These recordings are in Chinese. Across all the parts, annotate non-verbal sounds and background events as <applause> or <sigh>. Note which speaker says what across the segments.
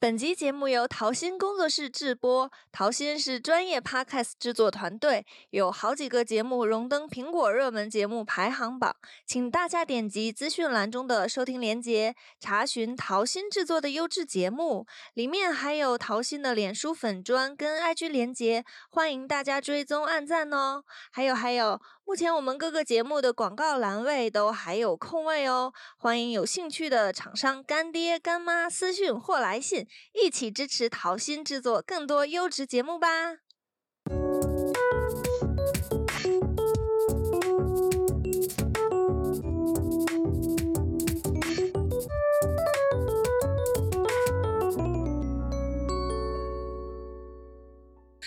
Speaker 1: 本集节目由桃心工作室制播，桃心是专业 podcast 制作团队，有好几个节目荣登苹果热门节目排行榜，请大家点击资讯栏中的收听链接，查询桃心制作的优质节目，里面还有桃心的脸书粉砖跟 IG 连接，欢迎大家追踪按赞哦。还有还有，目前我们各个节目的广告栏位都还有空位哦，欢迎有兴趣的厂商干爹干妈私讯或来信。一起支持桃心制作更多优质节目吧！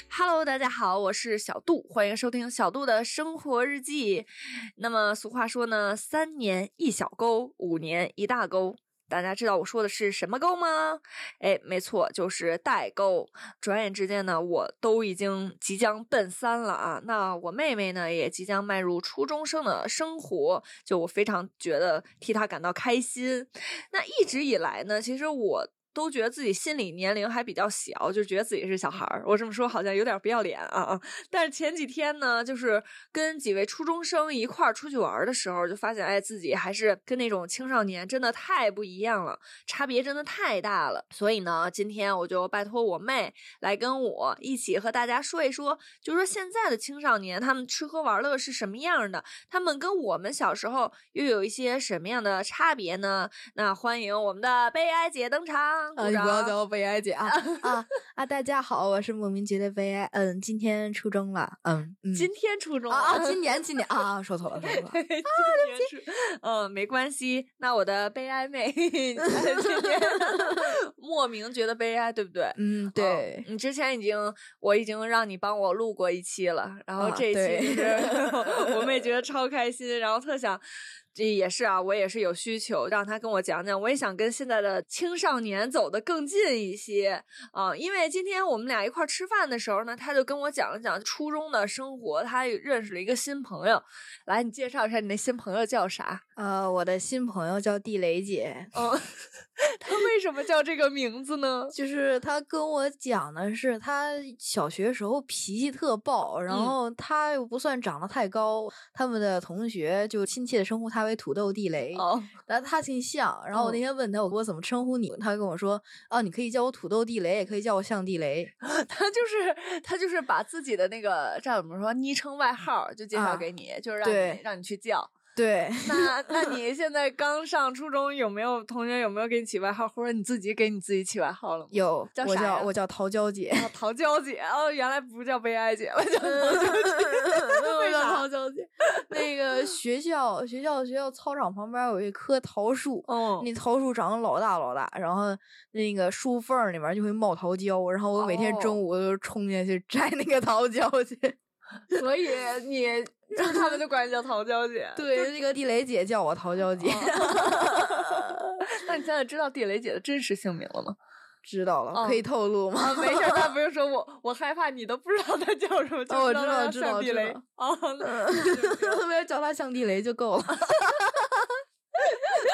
Speaker 2: Hello，大家好，我是小杜，欢迎收听小杜的生活日记。那么俗话说呢，三年一小沟，五年一大沟。大家知道我说的是什么沟吗？哎，没错，就是代沟。转眼之间呢，我都已经即将奔三了啊。那我妹妹呢，也即将迈入初中生的生活，就我非常觉得替她感到开心。那一直以来呢，其实我都觉得自己心理年龄还比较小，就觉得自己是小孩儿。我这么说好像有点不要脸啊啊！但是前几天呢，就是跟几位初中生一块儿出去玩儿的时候，就发现，哎，自己还是跟那种青少年真的太不一样了，差别真的太大了。所以呢，今天我就拜托我妹来跟我一起和大家说一说，就说现在的青少年他们吃喝玩乐是什么样的，他们跟我们小时候又有一些什么样的差别呢？那欢迎我们的悲哀姐登场，鼓
Speaker 3: 啊，你不要
Speaker 2: 掌。
Speaker 3: 叫我悲哀姐
Speaker 2: <laughs>
Speaker 3: 啊啊啊！大家好，我是莫名觉得悲哀。嗯，今天初中了，嗯嗯，
Speaker 2: 今天初中
Speaker 3: 啊
Speaker 2: <laughs> 了
Speaker 3: 啊，今年今年啊，说错了，
Speaker 2: <laughs>
Speaker 3: 说错了。
Speaker 2: 今年是，嗯，没关系。那我的悲哀 <laughs> 妹，今天 <laughs> 莫名觉得悲哀，对不对？
Speaker 3: 嗯，对
Speaker 2: 哦，你之前已经，我已经让你帮我录过一期了，然后
Speaker 3: 啊
Speaker 2: 这一期就
Speaker 3: 对
Speaker 2: 是、 <laughs> 我妹
Speaker 3: <laughs>
Speaker 2: 觉得超开心，然后特想，这也是啊，我也是有需求，让她跟我讲讲，我也想跟现在的青少年走得更近一些啊，因为今天我们俩一块儿吃饭的时候呢，她就跟我讲了讲初中的生活，她也认识了一个新朋友，来，你介绍一下你那新朋友叫啥？
Speaker 3: 呃，我的新朋友叫地雷姐，
Speaker 2: <laughs> 嗯，她为什么叫这个名字呢？
Speaker 3: 就是她跟我讲的是，她小学时候脾气特暴，然
Speaker 2: 嗯
Speaker 3: 后她又不算长得太高，他们的同学就亲切的称呼她为土豆地雷。
Speaker 2: 哦，
Speaker 3: 然后他挺像，然后我那天问他，我我怎么称呼你？他跟我说，啊，你可以叫我土豆地雷，也可以叫我象地雷。
Speaker 2: <laughs> 他就是他就是把自己的那个这怎么说昵称外号儿就介绍
Speaker 3: 啊
Speaker 2: 给你，就是让
Speaker 3: 对
Speaker 2: 你让你去叫。
Speaker 3: 对，
Speaker 2: 那那你现在刚上初中，有没有同学有没有给你起外号，或者你自己给你自己起外号了吗？
Speaker 3: 有，
Speaker 2: 叫
Speaker 3: 我
Speaker 2: 啥呀
Speaker 3: 叫我叫桃胶姐，
Speaker 2: 啊桃娇姐哦，原来不叫悲哀姐，我叫桃娇姐，
Speaker 3: 我
Speaker 2: 为
Speaker 3: 叫
Speaker 2: 啥？
Speaker 3: 桃胶姐。 <laughs> 那个学校学校学校操场旁边有一棵桃树，
Speaker 2: 嗯，
Speaker 3: 那桃树长得老大老大，然后那个树缝儿里面就会冒桃胶，然后我每天中
Speaker 2: 哦
Speaker 3: 午就冲进去摘那个桃胶去。
Speaker 2: 所以你就是他们就管你叫桃娇姐。
Speaker 3: <laughs> 对，那个地雷姐叫我桃胶姐，
Speaker 2: 那你现在知道地雷姐的真实姓名了吗？
Speaker 3: 知道了，可以
Speaker 2: 嗯
Speaker 3: 透露吗？
Speaker 2: 啊，没事儿，他不是说我，我害怕你都不知道他叫什么，就
Speaker 3: 哦我
Speaker 2: 知道
Speaker 3: 知道
Speaker 2: 他
Speaker 3: 知
Speaker 2: 像
Speaker 3: 道
Speaker 2: 地
Speaker 3: 知
Speaker 2: 雷
Speaker 3: 道嗯
Speaker 2: 啊， <laughs> 那
Speaker 3: <laughs> 我要叫她像地雷就够了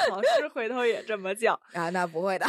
Speaker 2: 老师回头也这么
Speaker 3: <laughs>
Speaker 2: 叫
Speaker 3: 啊，那不会的，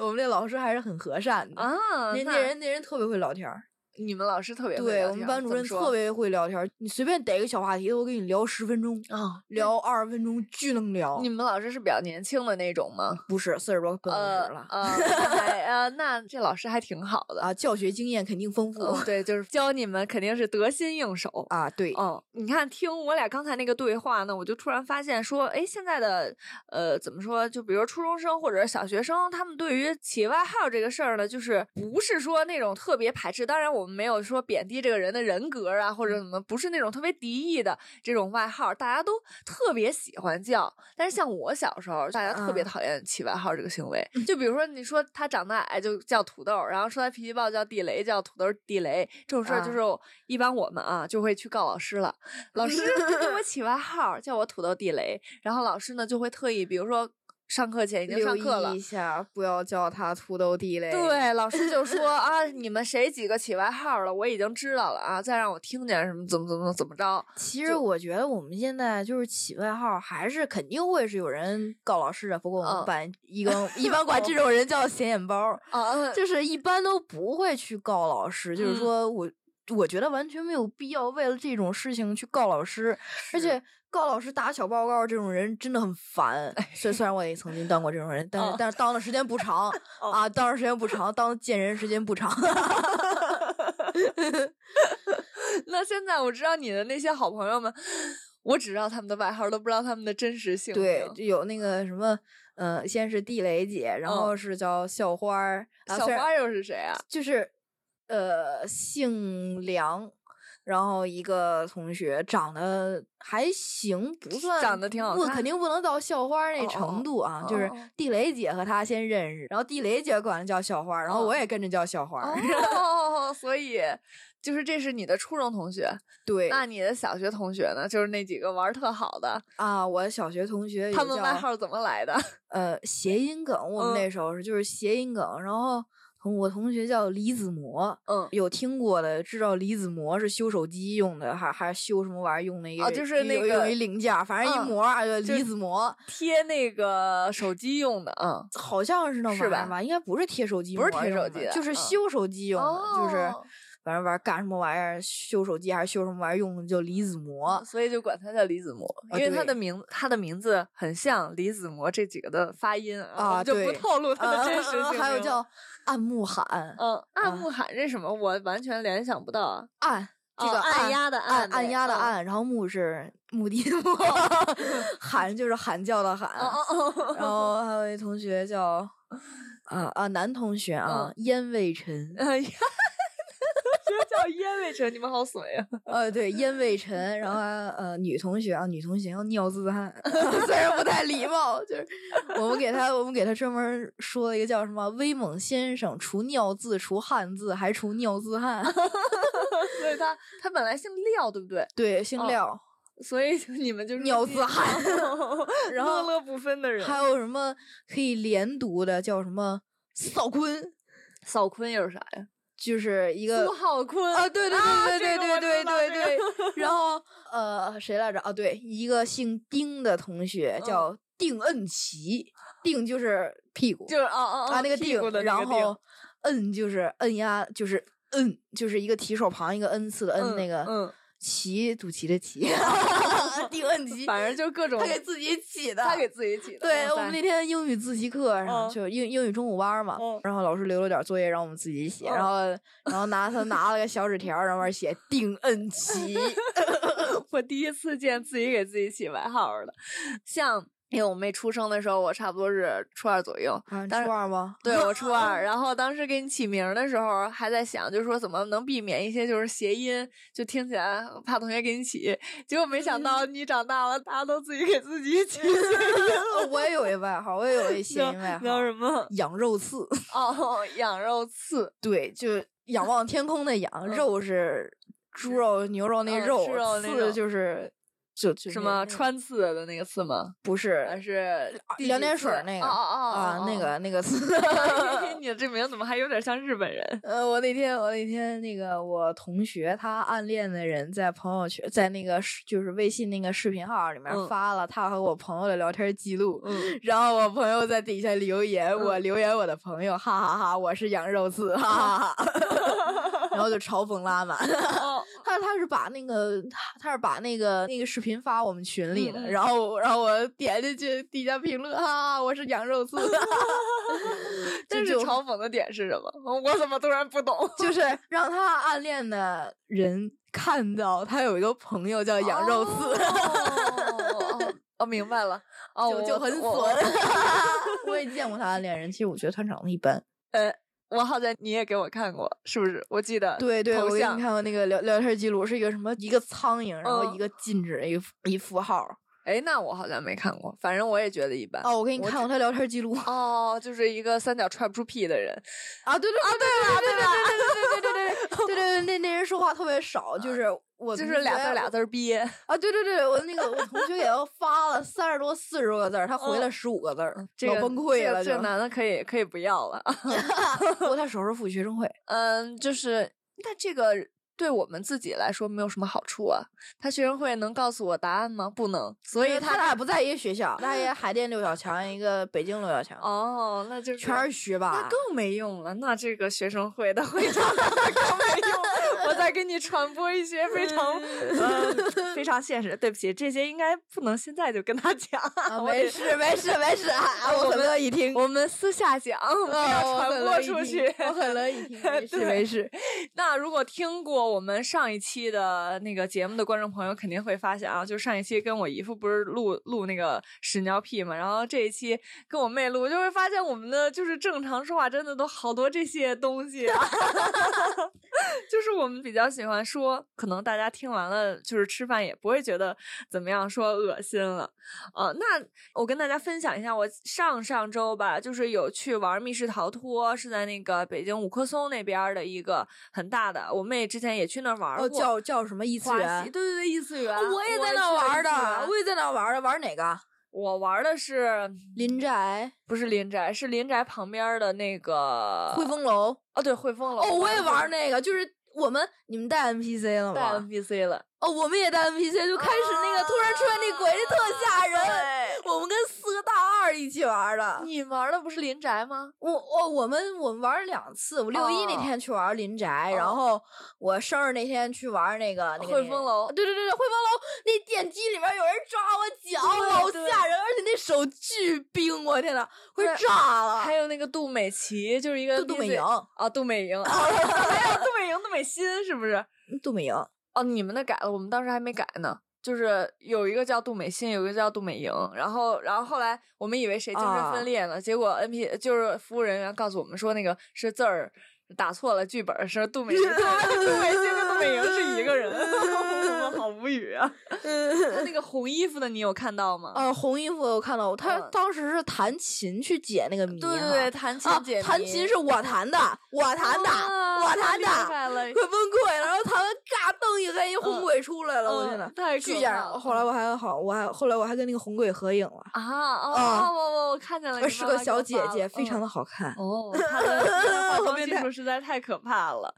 Speaker 3: 我们这老师还是很和善的。
Speaker 2: 啊。
Speaker 3: 嗯那那人那人特别会聊天儿，
Speaker 2: 你们老师特别会
Speaker 3: 对
Speaker 2: 聊
Speaker 3: 我们
Speaker 2: 天
Speaker 3: 班主
Speaker 2: 怎么
Speaker 3: 任
Speaker 2: 说
Speaker 3: 特别会聊天儿，你随便逮个小话题，我给你聊十分钟，
Speaker 2: 啊。
Speaker 3: 聊二十分钟，巨能聊
Speaker 2: 你。们老师是比较年轻的那种吗？
Speaker 3: 不嗯是四十多奔五
Speaker 2: 呃
Speaker 3: 十了
Speaker 2: 呃，那还呃，那这老师还挺好的。
Speaker 3: 啊，教学经验肯定丰富
Speaker 2: 嗯对，就是教你们肯定是得心应手。
Speaker 3: <laughs> 啊。对，
Speaker 2: 哦，你看，听我俩刚才那个对话呢，我就突然发现说，哎，现在的呃，怎么说？就比如初中生或者是小学生，他们对于起外号这个事儿呢，就是不是说那种特别排斥。当然，我们没有说贬低这个人的人格啊，或
Speaker 3: 嗯
Speaker 2: 者怎么，不是那种特别敌意的这种外号，大家都特别喜欢叫。但是像我小时候，大家特别
Speaker 3: 嗯
Speaker 2: 讨厌起外号这个行为。就比如说，你说他长得矮就叫土豆，然后说他脾气暴叫地雷，叫土豆地雷这种事儿，就是我一般我们啊就会去告老师了。
Speaker 3: <laughs>
Speaker 2: 老师就给我起外号，叫我土豆地雷，然后老师呢就会特意，比如说。上课前已经上
Speaker 3: 留
Speaker 2: 课
Speaker 3: 意
Speaker 2: 了
Speaker 3: 一。下，不要叫他土豆地雷。，
Speaker 2: 对，老师就说啊，你们谁几个起外号了？我已经知道了啊，再让我听见什么怎么怎么怎么着，
Speaker 3: 其实我觉得我们现在就是起外号，还是肯定会是有人告老师的。不过我
Speaker 2: 嗯
Speaker 3: 们班一般 <laughs> 一般管这种人叫显眼包 <laughs> 儿，
Speaker 2: 啊，<laughs>
Speaker 3: 哦就是一般都不会去告老师。就是
Speaker 2: 嗯
Speaker 3: 说我我觉得完全没有必要为了这种事情去告老师，而且告老师打小报告这种人真的很烦。虽虽然我也曾经当过这种人，但是、
Speaker 2: 哎哦
Speaker 3: 但是当的时间不长、
Speaker 2: 哦
Speaker 3: 啊，当的时间不长，当见人时间不长。
Speaker 2: 那现在我知道你的那些好朋友们，我只知道他们的外号，都不知道他们的真实姓名。
Speaker 3: 对，就有那个什么，呃，先是地雷姐，然
Speaker 2: 嗯
Speaker 3: 后是叫校花儿，啊
Speaker 2: 小
Speaker 3: 虽然
Speaker 2: 花又是谁啊？
Speaker 3: 就是呃姓梁，然后一个同学长得还行，不算
Speaker 2: 长得挺好
Speaker 3: 不
Speaker 2: 看
Speaker 3: 肯定不能到校花
Speaker 2: 哦
Speaker 3: 那
Speaker 2: 哦
Speaker 3: 程
Speaker 2: 哦
Speaker 3: 度啊。就是
Speaker 2: 哦哦
Speaker 3: 地雷姐和她先认识，然后地雷姐管她叫校花儿，然后
Speaker 2: 哦
Speaker 3: 我也跟着叫校花儿。
Speaker 2: 哦， <laughs> 所以就是这是你的初中同学，
Speaker 3: 对
Speaker 2: 那你的小学同学呢？就是那几个玩儿特好的，
Speaker 3: 啊，我小学同学
Speaker 2: 他
Speaker 3: 有
Speaker 2: 们
Speaker 3: 叫
Speaker 2: 外号怎么来的？
Speaker 3: 呃谐音梗，我们
Speaker 2: 嗯
Speaker 3: 那时候是就是谐音梗，然后。同我同学叫李子模，
Speaker 2: 嗯，
Speaker 3: 有听过的知道离子膜是修手机用的，还还修什么玩意儿用的一个、
Speaker 2: 哦就是那
Speaker 3: 有
Speaker 2: 个
Speaker 3: 有一零件儿，反正
Speaker 2: 嗯
Speaker 3: 一膜儿，哎、
Speaker 2: 就
Speaker 3: 离子膜
Speaker 2: <laughs> 贴那个手机用的，嗯，
Speaker 3: 好像是那玩意
Speaker 2: 是吧
Speaker 3: 儿吧？应该不是贴手机
Speaker 2: 不
Speaker 3: 膜
Speaker 2: 是
Speaker 3: 儿
Speaker 2: 贴
Speaker 3: 用
Speaker 2: 手
Speaker 3: 的，
Speaker 2: 机的
Speaker 3: 就是
Speaker 2: 嗯
Speaker 3: 修手机用的，就是
Speaker 2: 哦
Speaker 3: 反正玩儿干什么玩意儿，修手机还是修什么玩意儿用的，就离子膜。
Speaker 2: 所以就管他叫李子模，因
Speaker 3: 啊
Speaker 2: 为他
Speaker 3: 对
Speaker 2: 的名他的名字很像李子模这几个的发音我
Speaker 3: 啊
Speaker 2: 们就不
Speaker 3: 对
Speaker 2: 透露他的嗯真实姓
Speaker 3: 啊
Speaker 2: 名。
Speaker 3: <laughs> 还有叫暗木喊
Speaker 2: 嗯，
Speaker 3: 啊
Speaker 2: 暗木喊这什么，我完全联想不到啊。
Speaker 3: 暗，这
Speaker 2: 哦
Speaker 3: 个
Speaker 2: 按压的
Speaker 3: 按按
Speaker 2: 对
Speaker 3: 压的
Speaker 2: 嗯
Speaker 3: 按，然后木是 <laughs> 墓地
Speaker 2: <laughs>
Speaker 3: 的墓，喊就是喊叫的喊。
Speaker 2: 哦哦
Speaker 3: 然后还有一同学叫啊啊男同学啊、
Speaker 2: 嗯
Speaker 3: 燕卫辰， <laughs>
Speaker 2: 哦， <laughs> 哎呀，这叫烟味城，你们好损呀！ <laughs>
Speaker 3: 呃对燕卫辰，然后还有呃女同学啊女同学叫尿字汉， <laughs> 虽然不太礼貌，就是我们给他我们给他专门说了一个叫什么威猛先生，除尿字除汉字还除尿字汉，
Speaker 2: 所以他他本来姓廖，对不对？
Speaker 3: <laughs> 对姓
Speaker 2: 哦
Speaker 3: 廖，
Speaker 2: 所以就你们就是
Speaker 3: 尿字汉
Speaker 2: <laughs>
Speaker 3: 然后
Speaker 2: 乐乐不分的人。
Speaker 3: 还有什么可以连读的叫什么扫坤，
Speaker 2: 扫坤又是啥呀？
Speaker 3: 就是一个
Speaker 2: 苏浩坤
Speaker 3: 啊，对对
Speaker 2: 啊
Speaker 3: 对对
Speaker 2: 这个我
Speaker 3: 对对
Speaker 2: 知道
Speaker 3: 对
Speaker 2: 这个
Speaker 3: 对对。
Speaker 2: <laughs>
Speaker 3: 然后呃，谁来着？啊，对，一个姓丁的同学
Speaker 2: 嗯
Speaker 3: 叫丁恩奇，丁就是屁股，
Speaker 2: 就是哦 <laughs> 哦哦，
Speaker 3: 啊那个
Speaker 2: 屁
Speaker 3: 丁
Speaker 2: 股的，那
Speaker 3: 然
Speaker 2: 个钉
Speaker 3: 后摁就是摁压，就是摁，就是一个提手旁一个恩次的
Speaker 2: 嗯
Speaker 3: 恩，那个
Speaker 2: 嗯，
Speaker 3: 奇肚脐
Speaker 2: <laughs>
Speaker 3: 的奇，丁恩奇，
Speaker 2: 反正就各种啊
Speaker 3: 他给自己起的，
Speaker 2: 他给自己起 <laughs> 的。
Speaker 3: 对
Speaker 2: 哇
Speaker 3: 我们
Speaker 2: 塞
Speaker 3: 那天英语自习课上，
Speaker 2: 嗯
Speaker 3: 就英英语中午班儿嘛
Speaker 2: 嗯，
Speaker 3: 然后老师留了点作业让我们自己写，
Speaker 2: 嗯
Speaker 3: 然后然后拿他拿了个小纸条儿，上面写定恩奇，
Speaker 2: 我第一次见自己给自己起外号的，像因为我妹出生的时候，我差不多是初二左 <laughs> 右，
Speaker 3: 啊，你
Speaker 2: 但是
Speaker 3: 初二吗？
Speaker 2: 对我初二，然后当时给你起名儿的时候，还在想，就是说怎么能避免一些就是谐音，就听起来怕同学给你起，结果没想到你长大了，大家都自己给自己起谐音，
Speaker 3: <laughs> 哦我也有一外号，我也有一谐音外号
Speaker 2: 叫，什么？
Speaker 3: 羊肉刺，
Speaker 2: <laughs>
Speaker 3: <laughs>
Speaker 2: 哦，羊肉刺，
Speaker 3: 对，就仰望天空的仰，
Speaker 2: 嗯
Speaker 3: 肉是猪肉、牛肉那
Speaker 2: 嗯
Speaker 3: 肉
Speaker 2: 吃肉，那
Speaker 3: 刺
Speaker 2: 种
Speaker 3: 就是就就
Speaker 2: 什
Speaker 3: 那
Speaker 2: 么
Speaker 3: 那
Speaker 2: 穿刺的那个刺吗？
Speaker 3: 不
Speaker 2: 还
Speaker 3: 是
Speaker 2: 是
Speaker 3: 啊
Speaker 2: 第几
Speaker 3: 两点水
Speaker 2: 次
Speaker 3: 儿那个
Speaker 2: 哦哦哦
Speaker 3: 啊
Speaker 2: 哦，
Speaker 3: 那
Speaker 2: 哦
Speaker 3: 个那
Speaker 2: <laughs>
Speaker 3: 个刺。
Speaker 2: 你的这名怎么还有点像日本人？
Speaker 3: 呃，我那天我那天那个我同学他暗恋的人在朋友圈，在那个视就是微信那个视频号里面
Speaker 2: 嗯
Speaker 3: 发了他和我朋友的聊天记录，
Speaker 2: 嗯， <laughs>
Speaker 3: 然后我朋友在底下留言，我留言我的朋友，哈哈哈我是羊肉刺，哈哈 <laughs> 哈，然后就嘲讽拉满。
Speaker 2: 哦，
Speaker 3: 他他是把那个他他是把那个那个视频发我们群里的，
Speaker 2: 嗯嗯
Speaker 3: 然后然后我点进去底下评论，哈、哈，我是羊肉 <laughs> 刺，
Speaker 2: 但是
Speaker 3: 就
Speaker 2: 嘲讽的点是什么？我怎么突然不懂？ <laughs>
Speaker 3: 就是让他暗恋的人看到他有一个朋友叫羊肉
Speaker 2: 刺。
Speaker 3: 刺，
Speaker 2: 哦，哦明白了。哦，
Speaker 3: 就就
Speaker 2: 我
Speaker 3: 很
Speaker 2: 我
Speaker 3: 损。 <laughs> 我也见过他暗恋人，其实我觉得他长得一般。
Speaker 2: 我好像你也给我看过，是不是？我记得。
Speaker 3: 对对，
Speaker 2: 头
Speaker 3: 我给
Speaker 2: 像
Speaker 3: 你看过那个聊聊天记录，是一个什么一个苍蝇，然后
Speaker 2: 嗯
Speaker 3: 一个禁止一个一符号，
Speaker 2: 哎，那我好像没看过，反正我也觉得一般。
Speaker 3: 哦，我给你看过他聊天记录
Speaker 2: 哦，就是一个三脚踹不出屁的人，
Speaker 3: 啊，对对啊，对对对对对
Speaker 2: <laughs>
Speaker 3: 对对对对对对，那那人说话特别少，就是我
Speaker 2: 就是俩字儿俩字儿憋。
Speaker 3: 啊，对对对，我那个我同学给他发了三十多四十个字儿，他回了十五个字儿，
Speaker 2: 这个
Speaker 3: 老崩
Speaker 2: 这
Speaker 3: 溃
Speaker 2: 个
Speaker 3: 了
Speaker 2: 这
Speaker 3: 就
Speaker 2: 个。男的可以可以不要了。 <laughs>
Speaker 3: 不过他手是妇女学生会，
Speaker 2: 嗯，就是那这个对我们自己来说没有什么好处啊。他学生会能告诉我答案吗？不能，所
Speaker 3: 所
Speaker 2: 以
Speaker 3: 以他
Speaker 2: 他
Speaker 3: 俩不在一个学校，他一个海淀六小强，一个北京六小强，
Speaker 2: <laughs> 哦，那就是啊
Speaker 3: 全是学
Speaker 2: 那
Speaker 3: 霸。
Speaker 2: 更没用了。那这个学生会的会长 <laughs> 更没用。我再给你传播一些非 <laughs> 常、呃、非常现实。对不起，这些应该不能现在就跟他讲。 <laughs>
Speaker 3: 啊，
Speaker 2: 我
Speaker 3: 没
Speaker 2: 得
Speaker 3: 事没事没事，啊，我很乐意听。
Speaker 2: 我们私下讲，不
Speaker 3: 啊
Speaker 2: 要
Speaker 3: <laughs> 我很
Speaker 2: 传播
Speaker 3: 乐意
Speaker 2: 出
Speaker 3: 听
Speaker 2: 去。
Speaker 3: 我很乐意听，
Speaker 2: <laughs>
Speaker 3: <laughs> 没事
Speaker 2: 对
Speaker 3: 没事。
Speaker 2: 那如果听过我们上一期的那个节目的观众朋友，肯定会发现啊，就是上一期跟我姨夫不是录录那个屎尿屁嘛，然后这一期跟我妹录，就会发现我们的就是正常说话真的都好多这些东西、啊，就是我们比较喜欢说，可能大家听完了就是吃饭也不会觉得怎么样，说恶心了。呃，那我跟大家分享一下，我上上周吧，就是有去玩密室逃脱，是在那个北京五棵松那边儿的一个很大的，我妹之前也去那儿玩儿
Speaker 3: 哦，
Speaker 2: 过。
Speaker 3: 叫叫什么异次
Speaker 2: 花
Speaker 3: 元啊
Speaker 2: 溪？对对对，异次元，
Speaker 3: 哦我也在那
Speaker 2: 去了
Speaker 3: 玩
Speaker 2: 异
Speaker 3: 儿
Speaker 2: 次
Speaker 3: 的，
Speaker 2: 元
Speaker 3: 我也在那玩儿的，玩儿哪个？
Speaker 2: 我玩儿的是
Speaker 3: 林宅、
Speaker 2: 不是林宅？是林宅旁边儿的那个
Speaker 3: 汇丰楼。
Speaker 2: 哦，对汇丰楼。
Speaker 3: 哦，我也玩儿
Speaker 2: 那
Speaker 3: 那个，就是我们你们带 NPC 了
Speaker 2: 带
Speaker 3: 吗？
Speaker 2: NPC 了，
Speaker 3: 哦，我们也带 NPC，就开始那个突然出现那鬼，就特
Speaker 2: 啊
Speaker 3: 吓人。
Speaker 2: 人。
Speaker 3: 我们跟四个大二一起玩儿的，
Speaker 2: 你玩儿的不是林宅吗？
Speaker 3: 我我我们我们玩儿两次，我六一那
Speaker 2: 哦
Speaker 3: 天去玩儿林宅，然
Speaker 2: 哦
Speaker 3: 后我生日那天去玩儿那啊个那个
Speaker 2: 汇
Speaker 3: 那
Speaker 2: 丰
Speaker 3: 个
Speaker 2: 楼
Speaker 3: 对对对对，汇丰楼那电梯里边有人抓我脚，老
Speaker 2: 对对
Speaker 3: 吓人，而且那手巨冰，我天呐，会
Speaker 2: 对
Speaker 3: 炸了。
Speaker 2: 还有那个杜美琪，就是一个
Speaker 3: 杜杜美
Speaker 2: NPC
Speaker 3: 莹，
Speaker 2: 啊，杜美
Speaker 3: <laughs>
Speaker 2: 莹，啊 <laughs> 还有杜美莹、杜美心，是不是？
Speaker 3: 杜美莹，
Speaker 2: 哦，你们那改了，我们当时还没改呢。就是有一个叫杜美心，有一个叫杜美莹，然后，然后后来我们以为谁精神
Speaker 3: 啊
Speaker 2: 分裂了，结果 N P 就是服务人员告诉我们说，那个是字儿打错了，剧本是杜美 <laughs> 心，就发现杜美心跟杜美莹是一个人， <laughs> 我们好无语 <laughs> 啊！他那个红衣服的你有看到吗？
Speaker 3: 呃，红衣服我看到，他
Speaker 2: 嗯
Speaker 3: 当时是弹琴去解那个谜哈，
Speaker 2: 对对对，弹琴
Speaker 3: 啊
Speaker 2: 姐、
Speaker 3: 弹琴是我弹的，我弹的，
Speaker 2: 啊
Speaker 3: 我
Speaker 2: 太
Speaker 3: 弹
Speaker 2: 厉
Speaker 3: 的，
Speaker 2: 害了
Speaker 3: 快崩溃了，然后弹完嘎瞪一黑，一红
Speaker 2: 嗯
Speaker 3: 鬼出来了，我天呐
Speaker 2: 嗯，，太可
Speaker 3: 巨吓
Speaker 2: 怕了
Speaker 3: 人！后来我还好，我还后来我还跟那个红鬼合影了，
Speaker 2: 啊哦
Speaker 3: 啊
Speaker 2: 哦我我我看见了，你
Speaker 3: 是
Speaker 2: 妈
Speaker 3: 个
Speaker 2: 妈给
Speaker 3: 小
Speaker 2: 我
Speaker 3: 姐
Speaker 2: 发
Speaker 3: 姐，
Speaker 2: 了
Speaker 3: 非常
Speaker 2: 嗯
Speaker 3: 的好看。
Speaker 2: 哦，她的她
Speaker 3: <laughs>
Speaker 2: 的
Speaker 3: 好
Speaker 2: 化妆
Speaker 3: 变
Speaker 2: 技
Speaker 3: 态
Speaker 2: 术实在太可怕了。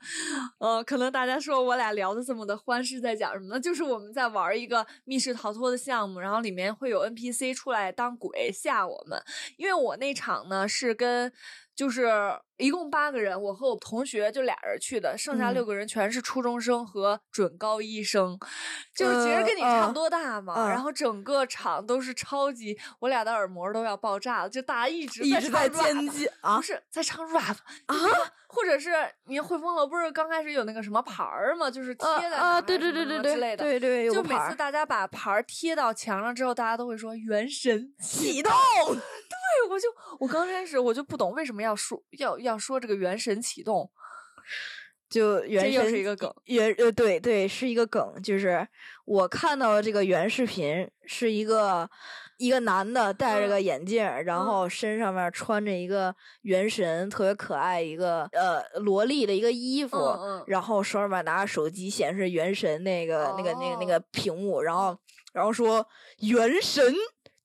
Speaker 2: 呃，可能大家说我俩聊的这么的欢是在讲什么呢？就是我们在玩一个密室逃脱的项目，然后里面会有 NPC 出来当鬼吓我们。因为我那场呢是跟就是一共八个人，我和我同学就俩人去的，剩下
Speaker 3: 嗯
Speaker 2: 六个人全是初中生和准高一生，就是其实
Speaker 3: 呃
Speaker 2: 跟你差
Speaker 3: 啊
Speaker 2: 不多大嘛。
Speaker 3: 啊
Speaker 2: 然后整个场都是超级，我俩的耳膜都要爆炸了，就大家一直
Speaker 3: 一直
Speaker 2: 在
Speaker 3: 在
Speaker 2: 唱 rap
Speaker 3: 尖叫啊
Speaker 2: 不！是在唱 rap 就是或者是你汇丰楼不是刚开始有那个什么牌儿嘛，就是贴在哪
Speaker 3: 啊，
Speaker 2: 儿
Speaker 3: 对对
Speaker 2: 什么什
Speaker 3: 对对
Speaker 2: 么
Speaker 3: 对，
Speaker 2: 之类的。
Speaker 3: 对对，有
Speaker 2: 就
Speaker 3: 个
Speaker 2: 每
Speaker 3: 牌
Speaker 2: 次
Speaker 3: 儿
Speaker 2: 大家把牌儿贴到墙上之后，大家都会说“原神
Speaker 3: 启动，
Speaker 2: 对， <laughs> 我就我刚开始我就不懂为什么要说要要说这个“原神启动
Speaker 3: <laughs> 就原
Speaker 2: 又
Speaker 3: 神
Speaker 2: 是一个梗，
Speaker 3: 原呃对对是一个梗，就是我看到的这个原视频是一个一个男的戴着
Speaker 2: 嗯
Speaker 3: 个眼镜儿，然
Speaker 2: 嗯
Speaker 3: 后身上面穿着一个原神特别可爱一个呃萝莉的一个衣”，服，
Speaker 2: 嗯嗯，
Speaker 3: 然后手里面拿着手机显示原神那个、那个那个那个
Speaker 2: 哦
Speaker 3: 屏幕，然后然后说原神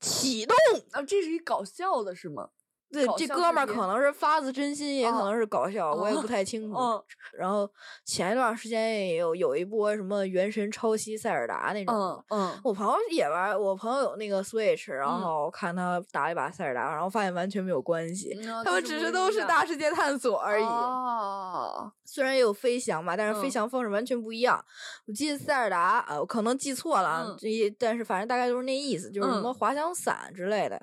Speaker 3: 启动。
Speaker 2: 啊，这是一搞笑的是吗？
Speaker 3: 对
Speaker 2: 搞，
Speaker 3: 这
Speaker 2: 笑
Speaker 3: 哥
Speaker 2: 视
Speaker 3: 们儿
Speaker 2: 频
Speaker 3: 可能是发自真心，也可
Speaker 2: 哦
Speaker 3: 能是搞笑，我也
Speaker 2: 哦
Speaker 3: 不太清楚。
Speaker 2: 嗯
Speaker 3: 然后前一段时间也有有一波什么《原神》抄袭塞尔达那种。
Speaker 2: 嗯嗯，
Speaker 3: 我朋友也玩，我朋友有那个 Switch，然
Speaker 2: 嗯
Speaker 3: 后看他打一把塞尔达，然后发现完全没有关系，
Speaker 2: 嗯
Speaker 3: 他们只是都是
Speaker 2: 大
Speaker 3: 大世界探索而已。
Speaker 2: 哦，
Speaker 3: 虽然也有飞翔吧，但是飞
Speaker 2: 嗯
Speaker 3: 翔方式完全不一样。我记得塞尔达，呃，我可能记错了啊
Speaker 2: 嗯，
Speaker 3: 这一但是反正大概就是那意思，就是什
Speaker 2: 嗯
Speaker 3: 么滑翔伞之类的，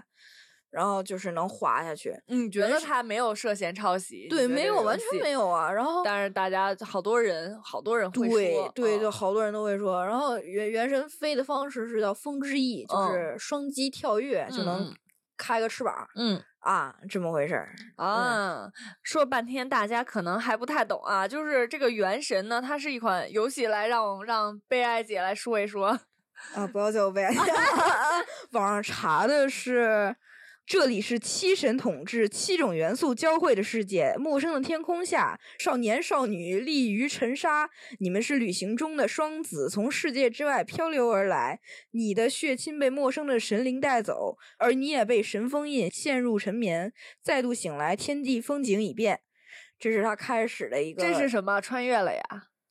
Speaker 3: 然后就是能滑下去。
Speaker 2: 嗯你觉得他没有涉嫌抄袭？
Speaker 3: 对，没有，完全
Speaker 2: 有。
Speaker 3: 没有啊。然后
Speaker 2: 但是大家好多人，好多人会
Speaker 3: 对
Speaker 2: 说，
Speaker 3: 对，
Speaker 2: 嗯
Speaker 3: 就好多人都会说。然后原原神飞的方式是叫风之翼，就
Speaker 2: 嗯
Speaker 3: 是双击跳跃就
Speaker 2: 嗯
Speaker 3: 能
Speaker 2: 嗯
Speaker 3: 开个翅膀
Speaker 2: 嗯
Speaker 3: 啊，这么回事儿。
Speaker 2: 啊，说半天大家可能还不太懂啊，就是这个《原神》呢，它是一款游戏，来让我们让悲哀姐来说一说。
Speaker 3: 啊，不要叫我 <laughs> 网上查的是，这里是七神统治、七种元素交汇的世界。陌生的天空下，少年少女立于尘沙。你们是旅行中的双子，从世界之外漂流而来。你的血亲被陌生的神灵带走，而你也被神封印，陷入沉眠。再度醒来，天地风景已变。这是他开始的一个，
Speaker 2: 这是什么？穿越了呀？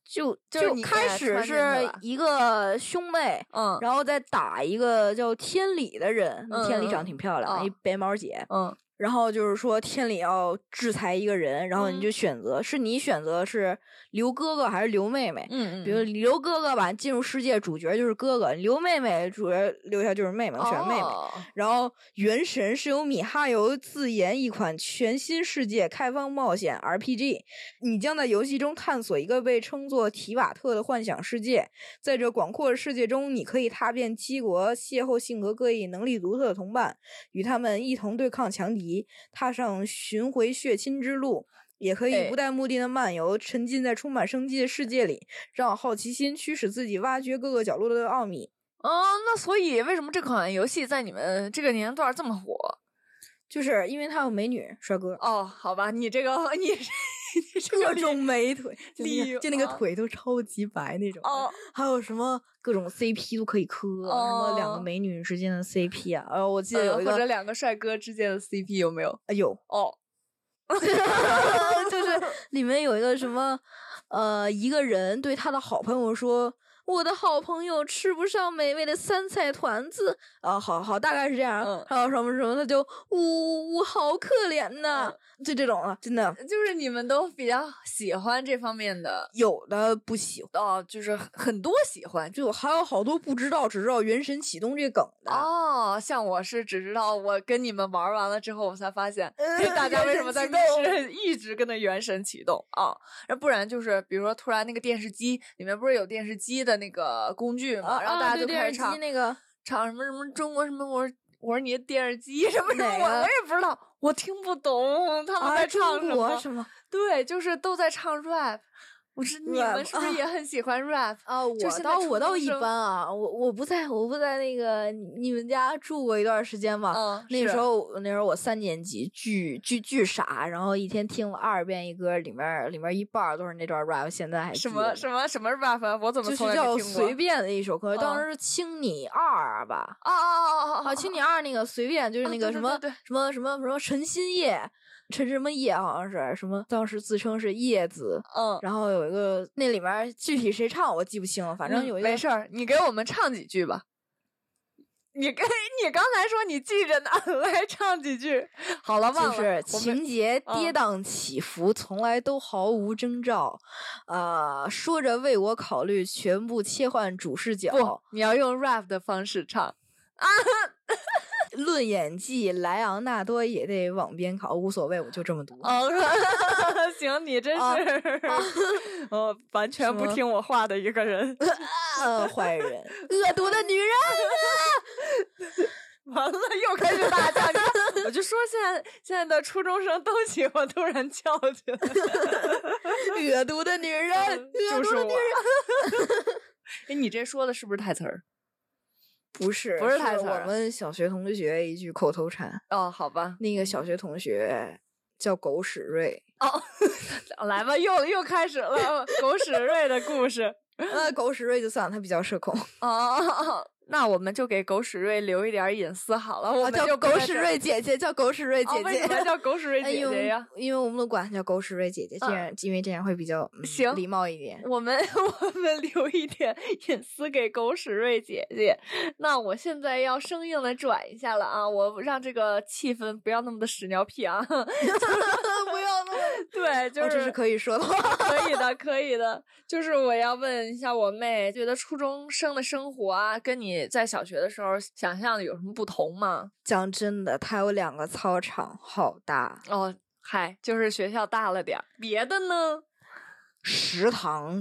Speaker 3: 就
Speaker 2: 就是
Speaker 3: 就
Speaker 2: 你
Speaker 3: 开
Speaker 2: 给
Speaker 3: 始
Speaker 2: 穿进去
Speaker 3: 是
Speaker 2: 了
Speaker 3: 一个兄妹，
Speaker 2: 嗯
Speaker 3: 然后再打一个叫天理的人，那天理长得挺漂亮，
Speaker 2: 嗯嗯嗯
Speaker 3: 一白毛姐。
Speaker 2: 嗯
Speaker 3: 然后就是说天理要制裁一个人，然后你
Speaker 2: 嗯
Speaker 3: 就选择、是你选择是刘哥哥还是刘妹妹？
Speaker 2: 嗯
Speaker 3: 比如刘哥哥吧，进入世界主角就是哥哥，刘妹妹主角留下就是妹妹，我选妹妹。
Speaker 2: 哦
Speaker 3: 然后《原神》是由米哈游自研一款全新世界开放冒险 RPG，你将在游戏中探索一个被称作提瓦特的幻想世界。在这广阔的世界中，你可以踏遍七国，邂逅性格各异、能力独特的同伴，与他们一同对抗强敌，踏上寻回血亲之路。也可以
Speaker 2: 哎
Speaker 3: 不带目的的漫游，沉浸在充满生机的世界里，让好奇心驱使自己挖掘各个角落的奥秘。
Speaker 2: 哦，那所以为什么这款游戏在你们这个年龄段儿这么火？
Speaker 3: 就是因为他有美女帅哥
Speaker 2: 哦，好吧，你这个你 <laughs> 你
Speaker 3: <laughs>
Speaker 2: 这
Speaker 3: 各
Speaker 2: 个
Speaker 3: 种美腿，就那嗯
Speaker 2: 理
Speaker 3: 个就那个
Speaker 2: 啊
Speaker 3: 腿都超级白那种的，
Speaker 2: 哦
Speaker 3: 还有什么各种 CP 都可以磕，什么两
Speaker 2: 哦
Speaker 3: 个美女之间的 CP 啊，然后我记得
Speaker 2: 呃
Speaker 3: 有一
Speaker 2: 或
Speaker 3: 个、
Speaker 2: 者两个帅哥之间的 CP 有没有？
Speaker 3: 哎有，
Speaker 2: 哦，
Speaker 3: <laughs> 就是里面有一个什么呃，一个人对他的好朋友说。我的好朋友吃不上美味的酸菜团子啊，好好大概是这样，
Speaker 2: 嗯
Speaker 3: 还有什么什么，他就呜呜，好可怜呐，就这种啊，真的
Speaker 2: 就是你们都比较喜欢这方面的
Speaker 3: 有的不喜欢。
Speaker 2: 哦，就是很很多喜欢。
Speaker 3: 就还有好多不知道，只知道原神启动这个梗的。啊
Speaker 2: 哦，像我是只知道我跟你们玩儿完了之后，我才发
Speaker 3: <laughs>
Speaker 2: 现，哎，大家
Speaker 3: 原
Speaker 2: 为什
Speaker 3: 神
Speaker 2: 么在
Speaker 3: 启
Speaker 2: 密 <laughs> 室一直跟着原神启动啊？那不然就是，比如说突然那个电视机里面不是有电视机的那个工具
Speaker 3: 啊哦
Speaker 2: 嘛，然后大家就开始唱
Speaker 3: 那个
Speaker 2: 唱什么什么中国什么，我是我是你的电视机什么什么，我
Speaker 3: 哪个啊
Speaker 2: 我也不知道，我听不懂他们在唱什
Speaker 3: 中
Speaker 2: 么。
Speaker 3: 国什么
Speaker 2: 对，就是都在唱 rap。我是你
Speaker 3: rap，
Speaker 2: 们是不是
Speaker 3: 啊
Speaker 2: 也很喜欢 rap？
Speaker 3: 啊？
Speaker 2: 就
Speaker 3: 我
Speaker 2: 现在
Speaker 3: 倒
Speaker 2: 初
Speaker 3: 我倒
Speaker 2: 中
Speaker 3: 一
Speaker 2: 生
Speaker 3: 般啊，我我不在我不在那个你们家住过一段时间嘛。
Speaker 2: 嗯，
Speaker 3: 啊那
Speaker 2: 是
Speaker 3: 时候那时候我三年级，巨巨巨傻，然后一天听了二十遍一歌，里面里面一半儿都是那段 rap，现在还
Speaker 2: 什
Speaker 3: 记
Speaker 2: 么
Speaker 3: 得
Speaker 2: 什么什么 rap？啊我怎么
Speaker 3: 就是
Speaker 2: 从来
Speaker 3: 叫
Speaker 2: 没听过？
Speaker 3: 随便的一首歌，当
Speaker 2: 嗯
Speaker 3: 时是《青你二》吧。
Speaker 2: 啊啊啊啊
Speaker 3: 啊， <laughs> 青你二那个随便就是
Speaker 2: 啊对
Speaker 3: 那个
Speaker 2: 对
Speaker 3: 什么、
Speaker 2: 对对
Speaker 3: 什么什么什么陈新叶，陈什么叶好像是什么，当时自称是叶子，
Speaker 2: 嗯，
Speaker 3: 然后有一个那里面具体谁唱我记不清了，反正
Speaker 2: 嗯
Speaker 3: 有一个、
Speaker 2: 没事儿，你给我们唱几句吧。你跟你刚才说你记着呢， <laughs> 来唱几句。好了，忘了。
Speaker 3: 就是
Speaker 2: 我们
Speaker 3: 情节跌
Speaker 2: 嗯
Speaker 3: 宕起伏，从来都毫无征兆，呃，说着为我考虑，全部切换主视角
Speaker 2: 不，，你要用 rap 的方式唱。
Speaker 3: 论演技，莱昂纳多也得往边靠，无所谓，我就这么读。
Speaker 2: 哦， <laughs> 行，你真
Speaker 3: 啊
Speaker 2: 是 <laughs> 哦，完全不
Speaker 3: 什么
Speaker 2: 听我话的一个
Speaker 3: <laughs>
Speaker 2: 人。
Speaker 3: 呃，
Speaker 2: <laughs>
Speaker 3: 坏人，恶毒的女人。
Speaker 2: 完了，又开始大叫！你看我就说现在现在的初中生都喜欢突然叫起来，
Speaker 3: 恶毒的女人， <laughs> 恶
Speaker 2: 嗯就
Speaker 3: 毒
Speaker 2: 是
Speaker 3: 的
Speaker 2: 我
Speaker 3: 女人。。 <laughs>
Speaker 2: 哎，你这说的是不是台词儿？
Speaker 3: 不是，
Speaker 2: 不是啊台词儿
Speaker 3: 我们小学同学一句口头禅。
Speaker 2: 哦，好吧，
Speaker 3: 那个小学同学叫狗屎
Speaker 2: <laughs>
Speaker 3: 瑞，
Speaker 2: 来吧，又又开始了狗屎瑞的故事。
Speaker 3: 呃，狗屎瑞就算了，他比较社恐，
Speaker 2: 哦哦 <laughs> 哦，那我们就给狗屎瑞留一点隐私好哦了。我
Speaker 3: 啊
Speaker 2: 们
Speaker 3: 叫
Speaker 2: 就不
Speaker 3: 狗
Speaker 2: 在
Speaker 3: 屎
Speaker 2: 这儿
Speaker 3: 瑞姐姐，叫狗屎瑞
Speaker 2: 哦
Speaker 3: 姐
Speaker 2: 为什么
Speaker 3: <laughs> 姐。
Speaker 2: 叫狗屎瑞
Speaker 3: 哎
Speaker 2: 姐
Speaker 3: 因为
Speaker 2: 姐呀？
Speaker 3: 因为我们都管她叫狗屎瑞姐姐，这
Speaker 2: 嗯
Speaker 3: 样、因为这样会比较、嗯
Speaker 2: 行
Speaker 3: 礼貌一
Speaker 2: <laughs>
Speaker 3: 点。
Speaker 2: 我们我们留一点隐私给狗屎瑞姐姐。那我现在要生硬的转一下了啊，我让这个气氛不要那么的屎尿屁啊。 <laughs>
Speaker 3: 不要那么，
Speaker 2: 对，就
Speaker 3: 哦
Speaker 2: 是、
Speaker 3: 这是可以说的话。
Speaker 2: <laughs> 可以的，可以的。就是我要问一下我妹，觉得初中生的生活啊，跟你在小学的时候想象的有什么不同吗？
Speaker 3: 讲真的，它有两个操场，好大，
Speaker 2: 哦，嗨，就是学校大了点儿，别的呢？
Speaker 3: 食堂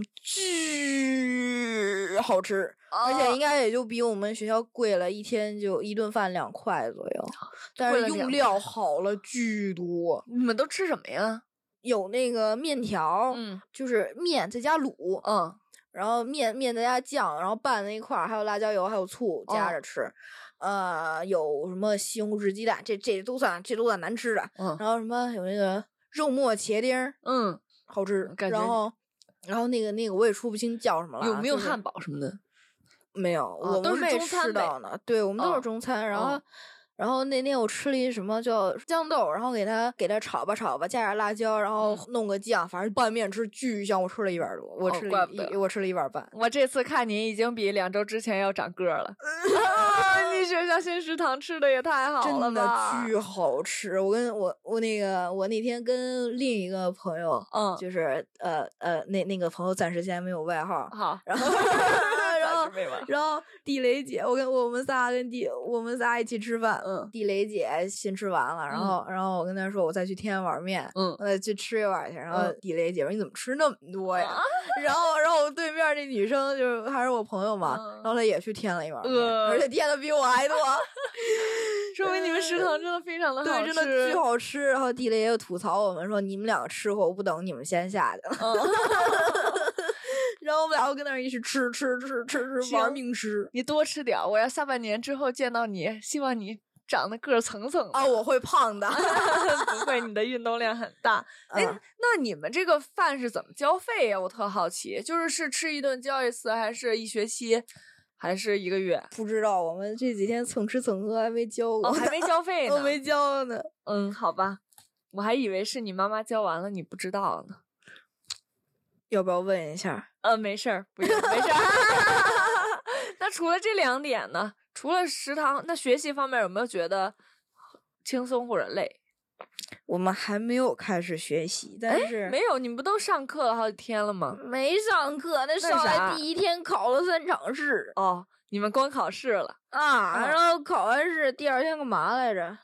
Speaker 3: 巨好吃，而且
Speaker 2: 哦
Speaker 3: 应该也就比我们学校贵了，一天就一顿饭两块左右，但
Speaker 2: 啊贵
Speaker 3: 是
Speaker 2: 了两
Speaker 3: 用料好了巨多，
Speaker 2: 你们都吃什么呀？
Speaker 3: 有那个面条，
Speaker 2: 嗯
Speaker 3: 就是面再加卤，
Speaker 2: 嗯，
Speaker 3: 然后面面再加酱，然后拌在一块儿，还有辣椒油，还有醋加
Speaker 2: 哦
Speaker 3: 着吃。呃，有什么西红柿鸡蛋，这这都算这都算难吃的。
Speaker 2: 嗯
Speaker 3: 然后什么有那个肉末茄丁儿
Speaker 2: 嗯，
Speaker 3: 好吃，
Speaker 2: 感
Speaker 3: 然
Speaker 2: 觉
Speaker 3: 后然后那个那个我也说不清叫什么了啊，
Speaker 2: 有没有
Speaker 3: 就是
Speaker 2: 汉堡什么的？
Speaker 3: 没有，我
Speaker 2: 哦都
Speaker 3: 们
Speaker 2: 是
Speaker 3: 没
Speaker 2: 中餐
Speaker 3: 吃
Speaker 2: 呗
Speaker 3: 到呢。对，我们都
Speaker 2: 哦
Speaker 3: 是中餐。然后
Speaker 2: 哦，
Speaker 3: 然后那天我吃了一什么叫豇豆，然后给它给它炒吧炒吧，加点辣椒，然后弄个酱，反正拌面吃巨香。我吃了一碗多，
Speaker 2: 嗯
Speaker 3: 我
Speaker 2: 哦
Speaker 3: 吃
Speaker 2: 怪
Speaker 3: 了
Speaker 2: 不
Speaker 3: 一、
Speaker 2: 得
Speaker 3: 我吃了一碗半。
Speaker 2: 我这次看您已经比两周之前要长个儿 <laughs> 了。啊你学校新食堂吃的也太好了
Speaker 3: 真
Speaker 2: 吧
Speaker 3: 的？巨好吃！我跟我我那个我那天跟另一个朋友，
Speaker 2: 嗯，
Speaker 3: 就是呃呃那那个朋友暂时现在没有外号，
Speaker 2: 嗯 <laughs> 好，
Speaker 3: 然后然
Speaker 2: 哦
Speaker 3: 后
Speaker 2: 暂时没玩。
Speaker 3: 然后地雷姐，我跟我们仨跟地我们仨一起吃饭，
Speaker 2: 嗯
Speaker 3: 地雷姐先吃完了，然后、然后我跟她说我再去添碗面，
Speaker 2: 嗯
Speaker 3: 我再去吃一碗去。然后
Speaker 2: 嗯
Speaker 3: 地雷姐说你怎么吃那么多呀？
Speaker 2: 啊
Speaker 3: <laughs> 然后然后我对面那女生就是还是我朋友嘛，
Speaker 2: 嗯
Speaker 3: 然后她也去添了一碗面，
Speaker 2: 呃
Speaker 3: 而且添的比我
Speaker 2: <laughs>
Speaker 3: 还多，
Speaker 2: <laughs> 说明你们食堂真的非常的好
Speaker 3: 对，
Speaker 2: 吃，
Speaker 3: 真的巨好吃。然后地雷也吐槽我们说你们两个吃货，我不等你们先下去了。
Speaker 2: 嗯，
Speaker 3: <laughs> 然后我们俩又跟那儿一起吃吃吃吃吃，玩
Speaker 2: 行
Speaker 3: 命吃。
Speaker 2: 你多吃点儿，我要下半年之后见到你，希望你长得个儿层层的。
Speaker 3: 啊，我会胖的。
Speaker 2: 不会，你的 <laughs> 运动量很大。哎、
Speaker 3: 嗯
Speaker 2: 那你们这个饭是怎么交费呀、我特好奇，就是是吃一顿交一次，还是一学期，还是一个月？
Speaker 3: 不知道，我们这几天蹭吃蹭喝还没交过，
Speaker 2: 哦，还没交费呢。
Speaker 3: 都没交呢。
Speaker 2: 嗯，好吧，我还以为是你妈妈交完了，你不知道呢。
Speaker 3: 要不要问一下？
Speaker 2: 呃，没事儿，不用，没事儿。 <laughs> 那除了这两点呢？除了食堂，那学习方面有没有觉得轻松或者累？
Speaker 3: 我们还没有开始学习，但是
Speaker 2: 没有，你们不都上课了好几天了吗？
Speaker 3: 哎没上课，那
Speaker 2: 那
Speaker 3: 上
Speaker 2: 啥
Speaker 3: 来第一天考了三场试
Speaker 2: 哦，你们光考试了。
Speaker 3: 啊，
Speaker 2: 嗯
Speaker 3: 然后考完试第二天干嘛来着？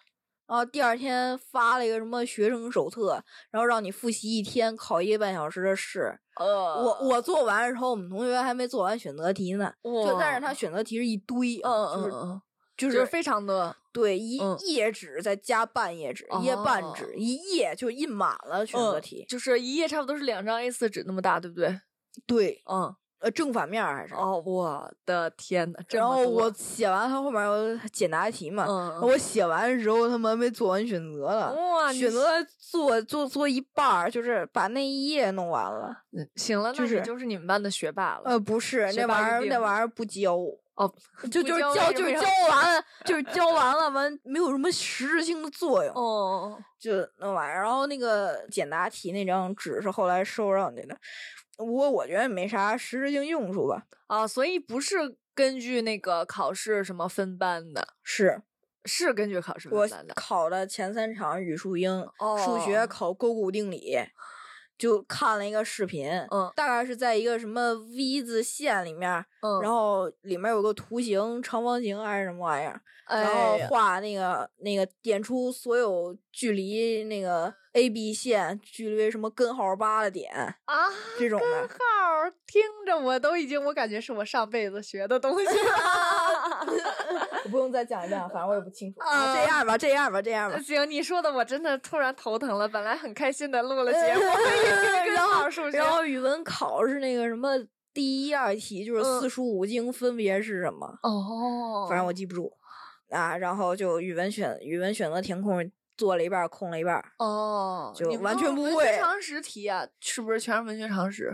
Speaker 3: 然后第二天发了一个什么学生手册，然后让你复习一天，考一个半小时的试。
Speaker 2: 呃
Speaker 3: 我我做完之后，我们同学还没做完选择题呢，
Speaker 2: 我
Speaker 3: 就但是他选择题是一堆，
Speaker 2: 嗯
Speaker 3: 啊
Speaker 2: 嗯
Speaker 3: 就是
Speaker 2: 嗯，
Speaker 3: 就
Speaker 2: 就是
Speaker 3: 是
Speaker 2: 非常的
Speaker 3: 对，一
Speaker 2: 嗯
Speaker 3: 页纸再加半页纸，一页半
Speaker 2: 哦
Speaker 3: 纸，一页就印满了选择题。
Speaker 2: 嗯就是一页差不多是两张 A 4纸那么大，对不对？
Speaker 3: 对，
Speaker 2: 嗯，
Speaker 3: 呃，正反面儿还是。
Speaker 2: 哦，我的天呐，这
Speaker 3: 然
Speaker 2: 么
Speaker 3: 后
Speaker 2: 多
Speaker 3: 我写完它后面有简答题嘛，
Speaker 2: 嗯，
Speaker 3: 我写完的时候他们没做完选择了，
Speaker 2: 哇，你
Speaker 3: 选择做做做一半儿，就是把那一页弄完了。
Speaker 2: 嗯行了，那
Speaker 3: 就
Speaker 2: 你
Speaker 3: 是
Speaker 2: 就是你们班的学霸了。
Speaker 3: 呃，不是，
Speaker 2: 哦学
Speaker 3: 那
Speaker 2: 霸
Speaker 3: 玩意
Speaker 2: 认
Speaker 3: 儿那
Speaker 2: 定
Speaker 3: 玩意儿不交，
Speaker 2: 哦，
Speaker 3: 就
Speaker 2: 不
Speaker 3: 就是
Speaker 2: 交为
Speaker 3: 交
Speaker 2: 什
Speaker 3: 就
Speaker 2: 么
Speaker 3: 是
Speaker 2: 要
Speaker 3: 交
Speaker 2: <laughs>
Speaker 3: 完了，就是交完了完没有什么实质性的作用。
Speaker 2: 哦，
Speaker 3: 就那玩意儿。然后那个简答题那张纸是后来收上去的，不过我觉得也没啥实质性用处吧。
Speaker 2: 啊，所以不是根据那个考试什么分班的，
Speaker 3: 是
Speaker 2: 是根据考试
Speaker 3: 我
Speaker 2: 分班的。
Speaker 3: 考了前三场语数英，
Speaker 2: 嗯哦
Speaker 3: 数学考勾股定理，就看了一个视频，
Speaker 2: 嗯
Speaker 3: 大概是在一个什么 V 字线里面，
Speaker 2: 嗯，
Speaker 3: 然后里面有个图形，长方形还是什么玩意儿，然
Speaker 2: 哎
Speaker 3: 后
Speaker 2: 呀
Speaker 3: 画那个那个点出所有距离那个 A B 线距离什么根号八的点
Speaker 2: 啊，
Speaker 3: 这种的。
Speaker 2: 号儿听着我都已经，我感觉是我上辈子学的东西 <laughs> 了。
Speaker 3: 我不用再讲一遍了，反正我也不清楚。啊
Speaker 2: 啊
Speaker 3: 这样吧，这样吧，这样 <laughs> 吧。
Speaker 2: 行，你说的我真的突然头疼了。本来很开心的录
Speaker 3: 呃
Speaker 2: 了节目， <laughs>
Speaker 3: <laughs>
Speaker 2: 跟
Speaker 3: 然后
Speaker 2: 考数学
Speaker 3: 然后语文考是那个什么第一、二题，就是
Speaker 2: 嗯
Speaker 3: 四书五经分别是什么，
Speaker 2: 哦
Speaker 3: 反正我记不住啊。然后就语文选语文选择填空，做了一半儿，空了一半儿。
Speaker 2: 哦，
Speaker 3: 就
Speaker 2: 你们
Speaker 3: 完
Speaker 2: 都
Speaker 3: 全
Speaker 2: 是
Speaker 3: 不
Speaker 2: 文学
Speaker 3: 会
Speaker 2: 常识题啊，是不是全是文学常识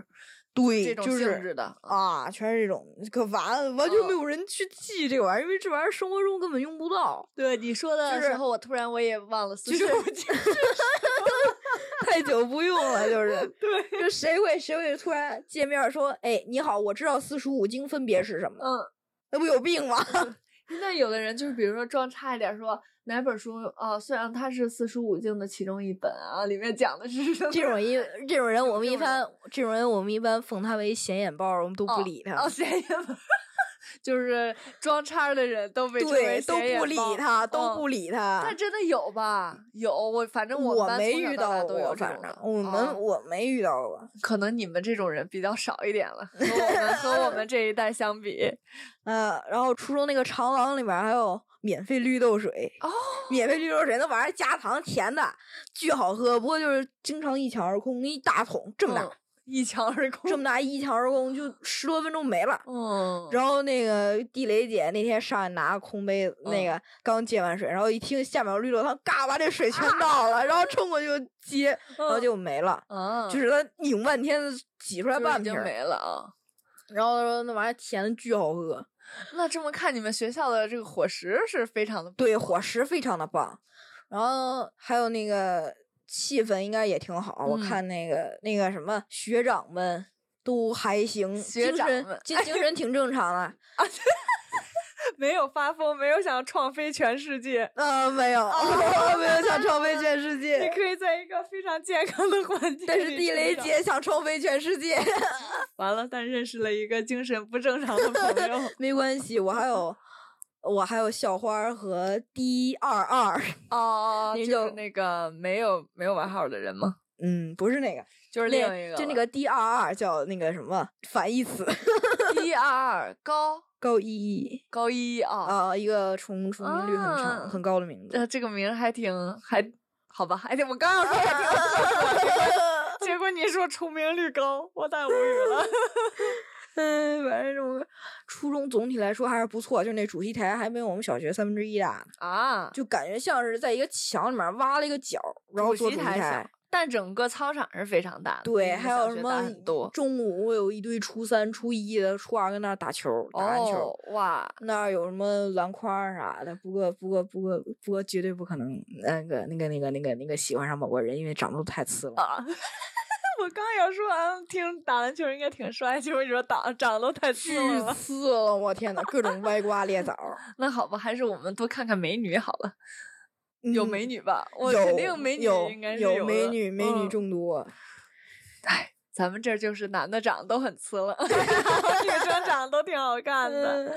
Speaker 2: 这
Speaker 3: 对，
Speaker 2: 种
Speaker 3: 就
Speaker 2: 性
Speaker 3: 是
Speaker 2: 质的？
Speaker 3: 啊，全是这种，可完了，完全
Speaker 2: 嗯
Speaker 3: 没有人去记这玩意儿，因为这玩意儿生活中根本用不到，
Speaker 2: 对你说的
Speaker 3: 就是
Speaker 2: 时候，我突然我也忘了四
Speaker 3: 就
Speaker 2: 书
Speaker 3: 是
Speaker 2: 五 <laughs> 经。
Speaker 3: 太久不用了，就是。 <laughs> 对，就谁会谁会突然见面说，哎，你好，我知道四书五经分别是什么。
Speaker 2: 嗯，
Speaker 3: 那不有病吗？
Speaker 2: 那有的人就是，比如说装差一点说，哪本书啊、虽然它是四书五经的其中一本啊，里面讲的是什么？
Speaker 3: <laughs> 这种一这种人，我们
Speaker 2: 这
Speaker 3: 一
Speaker 2: 种人
Speaker 3: <laughs> 般这种人，我们一般奉他为显眼包儿，我们都不
Speaker 2: 哦
Speaker 3: 理他，
Speaker 2: 哦，显眼
Speaker 3: <laughs>
Speaker 2: 包，就是装叉的人都被称为
Speaker 3: 对，都
Speaker 2: 显眼
Speaker 3: 不理
Speaker 2: 包
Speaker 3: 他，都
Speaker 2: 嗯
Speaker 3: 不理他。
Speaker 2: 但真的有吧？有，我反正
Speaker 3: 我
Speaker 2: 们班
Speaker 3: 没
Speaker 2: 从小
Speaker 3: 遇
Speaker 2: 到大
Speaker 3: 到
Speaker 2: 都有
Speaker 3: 过，
Speaker 2: 这
Speaker 3: 反
Speaker 2: 种
Speaker 3: 正
Speaker 2: 的。
Speaker 3: 我们、
Speaker 2: 啊
Speaker 3: 我没遇到过
Speaker 2: 可能你们这种人比较少一点
Speaker 3: <laughs>
Speaker 2: 了，和我们和我们这一代相比，
Speaker 3: 呃，然后初中那个长廊里面还有免费绿豆水
Speaker 2: 哦，
Speaker 3: 免费绿豆水那玩意 <laughs> 儿加糖甜的，巨好喝，不过就是经常一抢而空，一大桶这么大，
Speaker 2: 嗯一墙而空。
Speaker 3: 这么大一墙而空，就十多分钟没了。
Speaker 2: 嗯，
Speaker 3: 然后那个地雷姐那天上来拿空杯子，那
Speaker 2: 嗯
Speaker 3: 个刚接完水，然后一听下面有绿豆汤，嘎把这水全倒了，然后冲过去就
Speaker 2: <laughs>
Speaker 3: 接，然
Speaker 2: 嗯
Speaker 3: 后就没了。
Speaker 2: 啊，
Speaker 3: 就是他拧半天挤出来
Speaker 2: 就是
Speaker 3: 半
Speaker 2: 已
Speaker 3: 瓶
Speaker 2: 经
Speaker 3: 儿，
Speaker 2: 没了啊。
Speaker 3: 然后说那玩意儿甜的巨好喝，
Speaker 2: 那这么看，你们学校的这个伙食是非常的
Speaker 3: 对伙食非常的棒，然后还有那个气氛应该也挺好。我
Speaker 2: 嗯
Speaker 3: 看那个那个什么学长们都还行，
Speaker 2: 学
Speaker 3: 精
Speaker 2: 长
Speaker 3: 神
Speaker 2: 们
Speaker 3: 精精神挺正常
Speaker 2: <laughs>
Speaker 3: 的。
Speaker 2: 没有发疯，没有想创飞全世界。
Speaker 3: 呃，没有， <laughs> 没有
Speaker 2: <laughs>
Speaker 3: 想超飞全世
Speaker 2: 哦你
Speaker 3: 界，
Speaker 2: 可以在一个非常健康的环境里成长， <laughs>
Speaker 3: 但是地雷姐想超飞全世界。
Speaker 2: 完了，但认识了一个精神不正常的朋友。
Speaker 3: 没关系，我还有我还有校花儿和 D 二二，
Speaker 2: <laughs> 哦，
Speaker 3: 你
Speaker 2: 就是
Speaker 3: 就
Speaker 2: 那个没有没有玩号的人吗？
Speaker 3: 嗯，不是那个，
Speaker 2: 就是另一个，
Speaker 3: 就那个 D 二二叫那个什么反义词，
Speaker 2: 一二高
Speaker 3: 高一一。
Speaker 2: 高一啊，
Speaker 3: 啊、一个重重名率很长、
Speaker 2: 啊
Speaker 3: 很高的名字。 <laughs>
Speaker 2: 呃，这个名儿还挺还好吧，还挺我刚要说还挺不错， <laughs> 结果结果你说出名率高，我太无语了。
Speaker 3: 嗯，反正这么个初中总体来说还是不错，就那主题台还没有我们小学三分之一大呢，
Speaker 2: <laughs> 啊，
Speaker 3: 就感觉像是在一个墙里面挖了一个角，然后做
Speaker 2: 主席
Speaker 3: 题
Speaker 2: 台小，但整个操场是非常大的，
Speaker 3: 对，
Speaker 2: 比
Speaker 3: 还有
Speaker 2: 小
Speaker 3: 什
Speaker 2: 学大
Speaker 3: 么
Speaker 2: 很多哦
Speaker 3: 中午有一堆初三、初一的、初二跟那儿打球、打篮球，
Speaker 2: 哦哇，
Speaker 3: 那儿有什么篮筐儿啥的。不过，不过，不过，不过，绝对不可能那个、那个、那个、那个、那个喜欢上某个人，因为长得都太次了。
Speaker 2: 啊。 <laughs> 我刚要说，嗯，听打篮球应该挺帅，结果你说打长得都太
Speaker 3: 巨
Speaker 2: 次了。
Speaker 3: 次了，我天呐，各种歪瓜裂枣儿。
Speaker 2: 那好吧，还是我们多看看美女好了。 <laughs> 有
Speaker 3: 嗯
Speaker 2: 美女吧？我
Speaker 3: 有
Speaker 2: 肯定美女
Speaker 3: 有
Speaker 2: 应该是
Speaker 3: 有
Speaker 2: 的
Speaker 3: 美女，美女
Speaker 2: 嗯
Speaker 3: 众多。
Speaker 2: 咱们这儿就是男的长得都很次
Speaker 3: <laughs>
Speaker 2: 了，女生长得都挺好看的。
Speaker 3: 嗯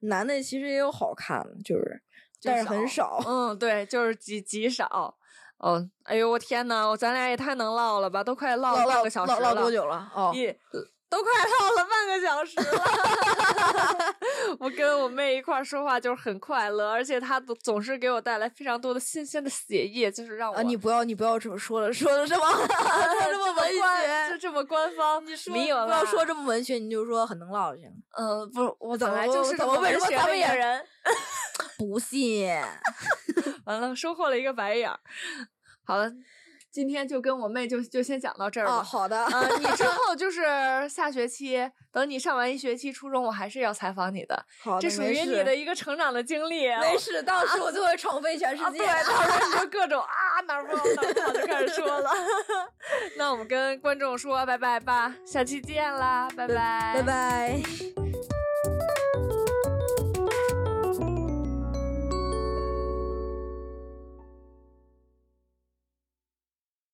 Speaker 3: <laughs> 男的其实也有好看的，就是但是很少。
Speaker 2: 嗯，对，就是极极少。嗯，哎呦我天呐，我咱俩也太能唠了吧，都快 <laughs> 唠
Speaker 3: 唠
Speaker 2: 了半
Speaker 3: 唠
Speaker 2: 个小时
Speaker 3: 唠
Speaker 2: 了。
Speaker 3: 唠多久了？哦，
Speaker 2: 一都快唠了半个小时了。 <laughs> 我跟我妹一块儿说话就是很快乐，而且她总总是给我带来非常多的新鲜的血液，就是让我
Speaker 3: 啊，你不要你不要这么说了， <laughs> 说的这么这么文
Speaker 2: 呃官就
Speaker 3: 学。
Speaker 2: 这么官方，啊你
Speaker 3: 你
Speaker 2: 没有
Speaker 3: 不要
Speaker 2: 啦
Speaker 3: 说这么文学，你就说很能唠就行了。
Speaker 2: 嗯，不是，我
Speaker 3: 怎
Speaker 2: 本
Speaker 3: 么
Speaker 2: 来
Speaker 3: 呃我
Speaker 2: 就是
Speaker 3: 怎么为什么咱们也
Speaker 2: 演人？<laughs>
Speaker 3: <laughs> 不信， <laughs>
Speaker 2: 完了，收获了一个白眼儿。好了，今天就跟我妹就就先讲到这儿
Speaker 3: 哦，
Speaker 2: 吧。<laughs>
Speaker 3: 好的，
Speaker 2: 啊，你之后就是下学期，等你上完一学期初中，我还是要采访你的，
Speaker 3: 好的，
Speaker 2: 这属
Speaker 3: 哦没
Speaker 2: 于你
Speaker 3: 事
Speaker 2: 的。一个成长的经历。
Speaker 3: 没事，到时我就会闯飞全世
Speaker 2: 啊，
Speaker 3: 界 <laughs>
Speaker 2: 对，。到时候你就各种啊哪儿不好哪儿不好就开始说了。 <laughs> 那我们跟观众说拜拜吧，下期见啦，拜拜，
Speaker 3: 拜拜。